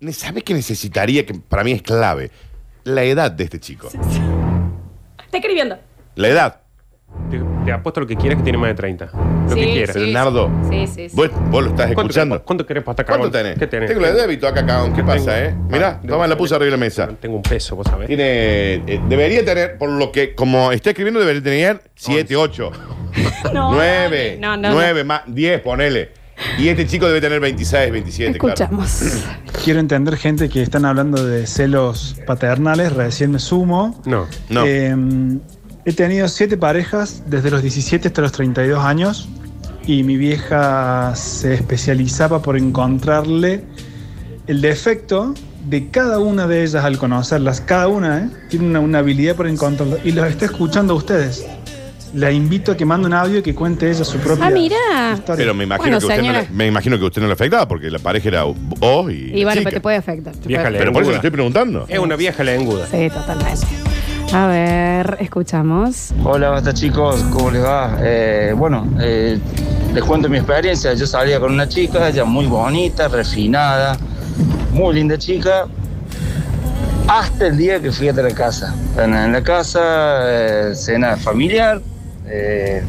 [SPEAKER 3] Ne- ¿Sabes qué necesitaría? Que para mí es clave. La edad de este chico.
[SPEAKER 1] Está escribiendo.
[SPEAKER 3] La edad.
[SPEAKER 2] Te, te apuesto lo que quieras que tiene más de 30. Lo
[SPEAKER 1] Sí,
[SPEAKER 2] que quieras.
[SPEAKER 1] sí.
[SPEAKER 3] Bernardo,
[SPEAKER 1] Sí, sí, sí.
[SPEAKER 3] vos, vos lo estás
[SPEAKER 2] ¿Cuánto,
[SPEAKER 3] escuchando.
[SPEAKER 2] ¿Cuánto querés para atacar?
[SPEAKER 3] ¿Cuánto tenés?
[SPEAKER 2] ¿Qué tenés?
[SPEAKER 3] Tengo la de débito acá, cabrón. ¿Qué
[SPEAKER 2] Tengo-
[SPEAKER 3] pasa, eh? Mirá,
[SPEAKER 2] Ah,
[SPEAKER 3] toma, la puse arriba de la mesa.
[SPEAKER 2] Tengo un peso, vos sabés.
[SPEAKER 3] Tiene. eh, debería tener, por lo que, como está escribiendo, debería tener 7, 8,
[SPEAKER 1] No,
[SPEAKER 3] 9,
[SPEAKER 1] no, no,
[SPEAKER 3] 9, más 10, ponele. Y este chico debe tener 26, 27, claro. [CLEARS THROAT]
[SPEAKER 1] Escuchamos. Ah,
[SPEAKER 5] Quiero entender gente que están hablando de celos paternales, recién me sumo.
[SPEAKER 2] No.
[SPEAKER 3] No.
[SPEAKER 5] Eh, he tenido siete parejas desde los 17 hasta los 32 años y mi vieja se especializaba por encontrarle el defecto de cada una de ellas al conocerlas. Cada una ¿eh? tiene una, una habilidad por encontrarlo y los está escuchando a ustedes. La invito a que mande un audio y que cuente ella su propia
[SPEAKER 1] Ah, mira.
[SPEAKER 5] historia.
[SPEAKER 3] Pero me imagino,
[SPEAKER 1] Bueno,
[SPEAKER 3] que usted no
[SPEAKER 1] señora.
[SPEAKER 3] le, me imagino que usted no le afectaba porque la pareja era vos y.
[SPEAKER 1] Y
[SPEAKER 3] la
[SPEAKER 1] bueno,
[SPEAKER 3] chica.
[SPEAKER 1] pero te puede afectar. te
[SPEAKER 2] Vieja
[SPEAKER 1] puede
[SPEAKER 3] Pero por eso le estoy preguntando.
[SPEAKER 2] Es una vieja lenguda.
[SPEAKER 1] afectar. Sí, totalmente. A ver, escuchamos.
[SPEAKER 4] Hola, basta chicos, ¿cómo les va? Eh, bueno, eh, les cuento mi experiencia. Yo salía con una chica, ella muy bonita, refinada, muy linda chica, hasta el día que fui a la casa. Cena en la casa, eh, cena familiar. eh,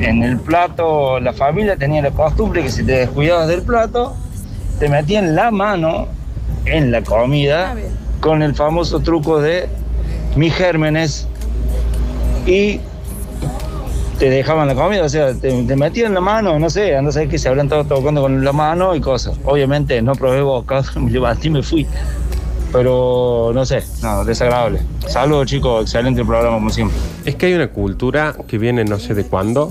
[SPEAKER 4] en el plato, la familia tenía la costumbre que si te descuidabas del plato, te metían la mano en la comida con el famoso truco de mis gérmenes y te dejaban la comida, o sea, te, te metían la mano, no sé, no sé qué se habrán estado tocando con la mano y cosas. Obviamente no probé bocados, [LAUGHS] me levanté y me fui. Pero no sé, no, desagradable. Saludos chicos, excelente programa como siempre.
[SPEAKER 2] Es que hay una cultura que viene no sé de cuándo,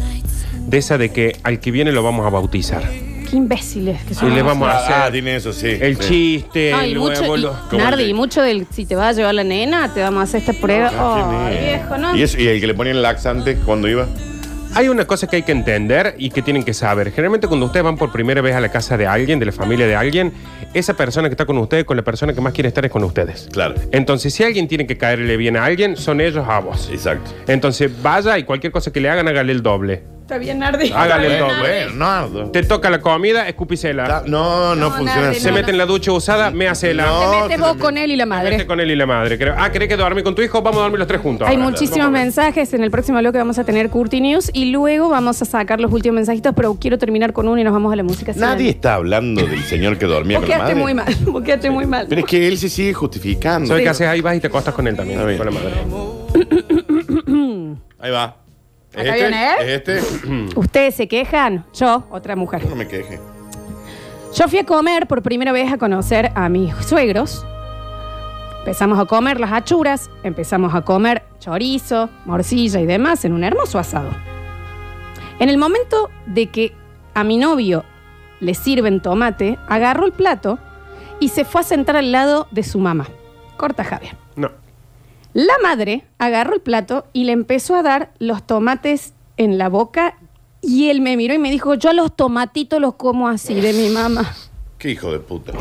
[SPEAKER 2] de esa de que al que viene lo vamos a bautizar.
[SPEAKER 1] Qué imbéciles que
[SPEAKER 2] Y
[SPEAKER 1] son.
[SPEAKER 2] le vamos a
[SPEAKER 3] Ah, ah,
[SPEAKER 2] hacer
[SPEAKER 3] tiene eso, sí.
[SPEAKER 2] el
[SPEAKER 3] sí.
[SPEAKER 2] chiste,
[SPEAKER 1] No, y
[SPEAKER 2] el
[SPEAKER 1] mucho,
[SPEAKER 2] huevo,
[SPEAKER 1] y-
[SPEAKER 2] lo-
[SPEAKER 1] Nardi, y mucho del si te va a llevar la nena, te vamos a hacer esta prueba.
[SPEAKER 3] Ah,
[SPEAKER 1] Ay,
[SPEAKER 3] qué bien.
[SPEAKER 1] Oh, viejo, ¿no?
[SPEAKER 3] ¿Y, eso- y el que le ponían laxante cuando iba?
[SPEAKER 2] Hay una cosa que hay que entender y que tienen que saber. Generalmente cuando ustedes van por primera vez a la casa de alguien, de la familia de alguien, esa persona que está con ustedes, con la persona que más quiere estar es con ustedes.
[SPEAKER 3] Claro.
[SPEAKER 2] Entonces, si alguien tiene que caerle bien a alguien, son ellos a vos.
[SPEAKER 3] Exacto.
[SPEAKER 2] Entonces, vaya y cualquier cosa que le hagan, hágale el doble.
[SPEAKER 1] Está bien, Nardi.
[SPEAKER 2] Hágale el
[SPEAKER 1] Está bien,
[SPEAKER 3] pues.
[SPEAKER 2] doble.
[SPEAKER 1] Nardi.
[SPEAKER 2] Te toca la comida, escupísela.
[SPEAKER 3] No,
[SPEAKER 1] No, funciona Nardi, así.
[SPEAKER 2] Se
[SPEAKER 1] no,
[SPEAKER 2] mete
[SPEAKER 1] no.
[SPEAKER 2] en la ducha usada, me hace la.
[SPEAKER 1] Te metes vos con él y la madre.
[SPEAKER 2] Vete con él y la madre. creo. Ah, ¿querés que dormí con tu hijo? Vamos a dormir los tres juntos.
[SPEAKER 1] Hay
[SPEAKER 2] ahora.
[SPEAKER 1] muchísimos mensajes. En el próximo bloque vamos a tener Curti News y luego vamos a sacar los últimos mensajitos, pero quiero terminar con uno y nos vamos a la música.
[SPEAKER 3] Nadie está hablando del señor que dormía
[SPEAKER 1] Vos
[SPEAKER 3] con la
[SPEAKER 1] quedaste
[SPEAKER 3] madre.
[SPEAKER 1] muy mal. Vos quedaste muy mal.
[SPEAKER 3] Pero es que él se sigue justificando.
[SPEAKER 1] ¿Sabes qué Sí. haces?
[SPEAKER 2] Ahí vas y te acostas con él también. Con la madre.
[SPEAKER 3] Ahí va. ¿Es
[SPEAKER 1] Acá
[SPEAKER 3] este?
[SPEAKER 1] viene, ¿eh?
[SPEAKER 3] ¿Es este?
[SPEAKER 1] Ustedes se quejan, yo, otra mujer.
[SPEAKER 3] no me queje.
[SPEAKER 1] Yo fui a comer por primera vez a conocer a mis suegros. Empezamos a comer las achuras, empezamos a comer chorizo, morcilla y demás en un hermoso asado. En el momento de que a mi novio le sirven tomate, agarró el plato y se fue a sentar al lado de su mamá. Corta Javier.
[SPEAKER 2] No.
[SPEAKER 1] La madre agarró el plato y le empezó a dar los tomates en la boca y él me miró y me dijo, yo a los tomatitos los como así de mi mamá.
[SPEAKER 3] Qué hijo de puta.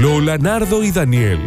[SPEAKER 12] Lola, Nardo y Daniel.